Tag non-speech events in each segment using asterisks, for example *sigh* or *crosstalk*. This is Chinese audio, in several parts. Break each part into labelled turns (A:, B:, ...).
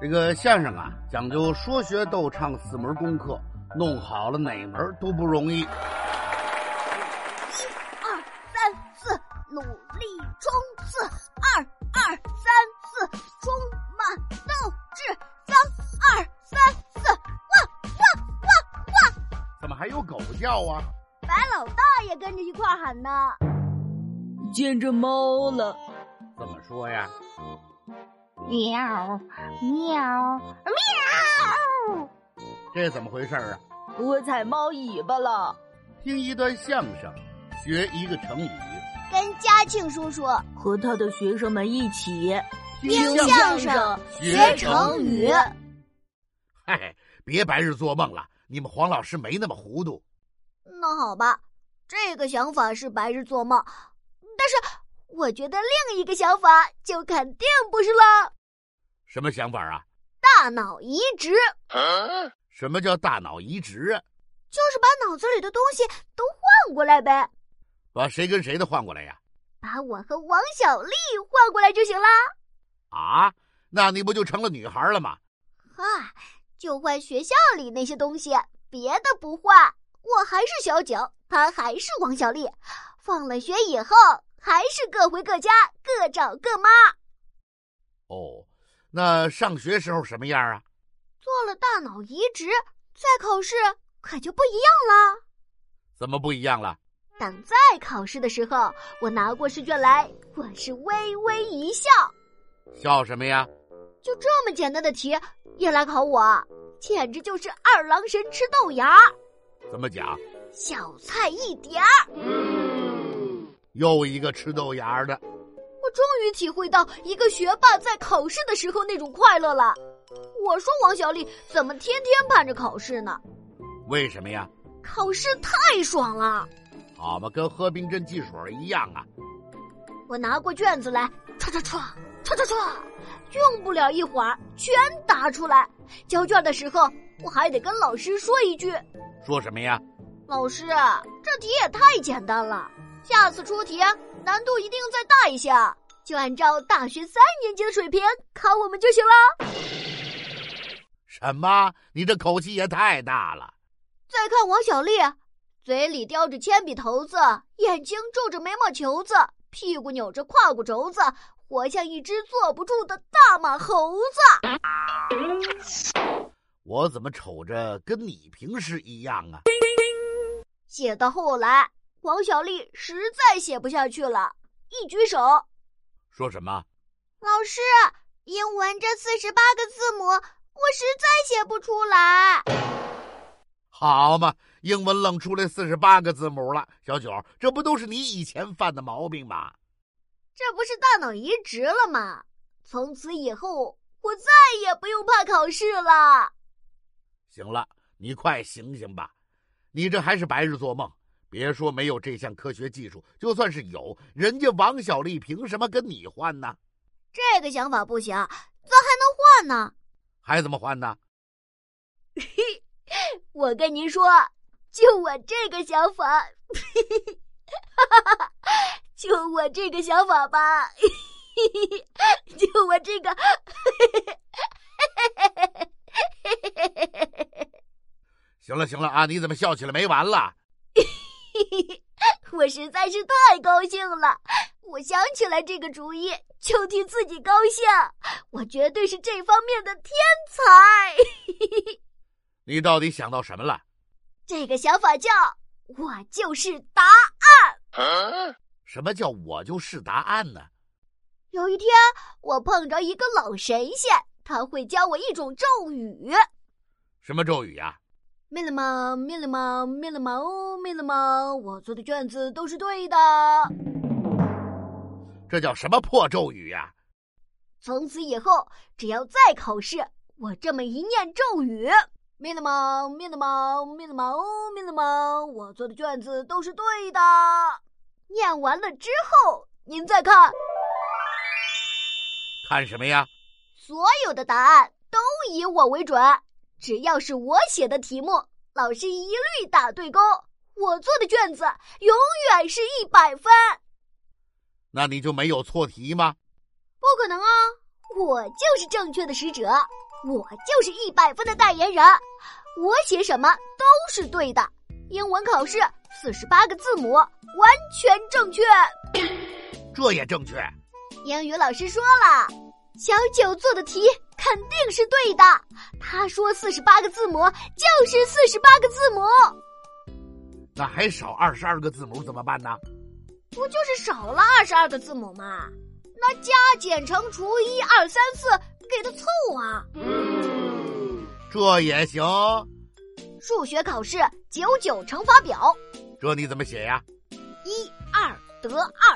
A: 这个相声啊，讲究说学逗唱四门功课，弄好了哪门都不容易。
B: 二三四，努力冲刺；二二三四，充满斗志；三二三四，汪汪汪汪！
A: 怎么还有狗叫啊？
B: 白老大也跟着一块儿喊呢。
C: 见着猫了，
A: 怎么说呀？
B: 喵喵喵！
A: 这怎么回事儿啊？
C: 我踩猫尾巴了。
A: 听一段相声，学一个成语，
B: 跟嘉庆叔叔
C: 和他的学生们一起
B: 听相声
A: 学
B: 成语。
A: 嗨，别白日做梦了，你们黄老师没那么糊涂。
B: 那好吧，这个想法是白日做梦，但是我觉得另一个想法就肯定不是了。
A: 什么想法啊？
B: 大脑移植
A: 什么叫大脑移植啊？
B: 就是把脑子里的东西都换过来呗，
A: 把谁跟谁的换过来呀？
B: 把我和王小丽换过来就行啦。
A: 啊，那你不就成了女孩了吗？
B: 啊，就换学校里那些东西，别的不换。我还是小景，她还是王小丽。放了学以后，还是各回各家，各找各妈。
A: 哦，那上学时候什么样啊？
B: 做了大脑移植，再考试可就不一样啦。
A: 怎么不一样了？
B: 等再考试的时候，我拿过试卷来，我是微微一笑。
A: 笑什么呀？
B: 就这么简单的题也来考我，简直就是二郎神吃豆芽儿，
A: 怎么讲？
B: 小菜一碟儿。
A: 又一个吃豆芽儿的，
B: 我终于体会到一个学霸在考试的时候那种快乐了。我说王小丽怎么天天盼着考试呢？
A: 为什么呀？
B: 考试太爽了！
A: 好嘛，跟喝冰镇汽水儿一样啊！
B: 我拿过卷子来，唰唰唰，唰唰唰，用不了一会儿全答出来。交卷的时候，我还得跟老师说一句
A: 说什么呀？：“
B: 老师，啊这题也太简单了，下次出题啊难度一定再大一些，就按照大学三年级的水平考我们就行了。”
A: 什么？你这口气也太大了！
B: 再看王小丽，嘴里叼着铅笔头子，眼睛皱着眉毛球子，屁股扭着胯骨轴子，活像一只坐不住的大马猴子。
A: 我怎么瞅着跟你平时一样啊？
B: 写到后来，王小丽实在写不下去了，一举手：“
A: 说什么？
B: 老师，英文这四十八个字母，我实在写不出来。
A: 好嘛，英文愣出来四十八个字母了。小九，这不都是你以前犯的毛病吗？
B: 这不是大脑移植了吗？从此以后，我再也不用怕考试了。”
A: 行了，你快醒醒吧！你这还是白日做梦。别说没有这项科学技术，就算是有，人家王小丽凭什么跟你换呢？
B: 这个想法不行，咱还能换呢。
A: 还怎么换呢？
B: 我跟您说，就我这个想法， *laughs* 就我这个想法吧， *laughs* 就我这个，
A: 行了行了啊，你怎么笑起来没完了？
B: 我实在是太高兴了。我想起来这个主意，就替自己高兴。我绝对是这方面的天才。
A: 你到底想到什么了？
B: 这个想法叫“我就是答
A: 什么叫我就是答案呢？”。
B: 有一天，我碰着一个老神仙，他会教我一种咒语。
A: 什么咒语呀、
B: 灭了吗？灭了吗？灭了吗？哦，灭了吗？我做的卷子都是对的。
A: 这叫什么破咒语呀、
B: 从此以后，只要再考试，我这么一念咒语，灭了吗？灭了吗？灭了吗？哦，灭了吗？我做的卷子都是对的。念完了之后，您再看，
A: 看什么呀？
B: 所有的答案都以我为准，只要是我写的题目，老师一律打对勾。我做的卷子永远是一百分。
A: 那你就没有错题吗？
B: 不可能啊！我就是正确的使者，我就是一百分的代言人，我写什么都是对的。英文考试四十八个字母完全正确。
A: 这也正确。
B: 英语老师说了，小九做的题肯定是对的。他说四十八个字母就是四十八个字母，
A: 那还少二十二个字母怎么办呢？
B: 不就是少了二十二个字母吗？那加减乘除一二三四给的凑啊！
A: 这也行，
B: 数学考试九九乘法表，
A: 这你怎么写呀？
B: 一二得二，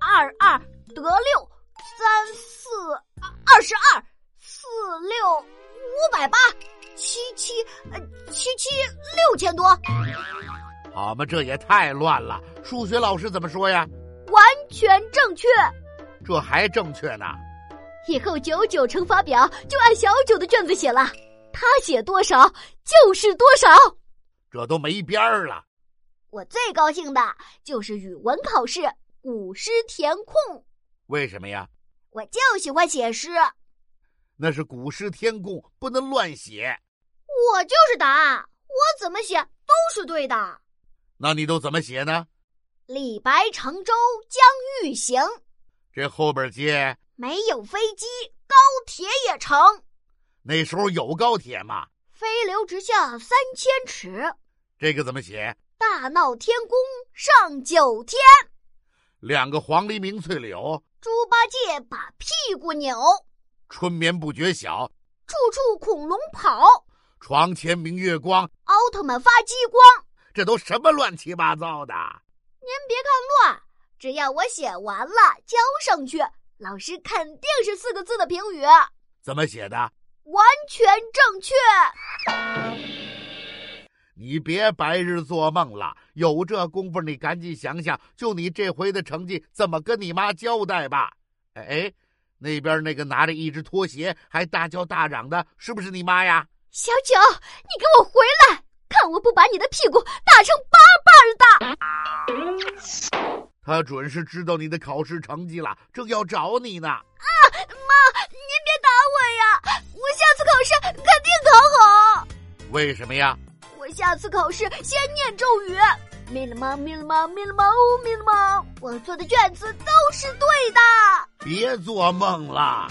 B: 二二得六，三四二十二，四六五百八，七七呃七七六千多，
A: 好嘛，这也太乱了。数学老师怎么说呀？
B: 完全正确。
A: 这还正确呢。
B: 以后九九乘法表就按小九的卷子写了，他写多少就是多少。
A: 这都没边儿了。
B: 我最高兴的就是语文考试古诗填空，
A: 为什么呀？
B: 我就喜欢写诗，
A: 那是古诗填空，不能乱写。
B: 我就是答案，我怎么写都是对的。
A: 那你都怎么写呢？
B: 李白乘舟将欲行，
A: 这后边接
B: 没有飞机，高铁也成。
A: 那时候有高铁吗？
B: 飞流直下三千尺，
A: 这个怎么写？
B: 大闹天宫上九天。
A: 两个黄鹂鸣翠柳，
B: 猪八戒把屁股扭，
A: 春眠不觉晓，
B: 处处恐龙跑。
A: 床前明月光。
B: 奥特曼发激光，
A: 这都什么乱七八糟的？
B: 您别看乱，只要我写完了交上去，老师肯定是四个字的评语，完
A: 怎么写的？
B: 全正确。
A: 你别白日做梦了，有这功夫你赶紧想想，就你这回的成绩怎么跟你妈交代吧。哎哎，那边那个拿着一只拖鞋还大叫大嚷的，是不是你妈呀？
B: 小九，你给我回来，看我不把你的屁股打成八瓣儿的！
A: 她准是知道你的考试成绩了，正要找你呢。
B: 您别打我呀，我下次考试肯定考好。
A: 为什么呀？
B: 我下次考试先念咒语，咪了猫咪了猫咪了猫咪了猫，我做的卷子都是对的。
A: 别做梦了。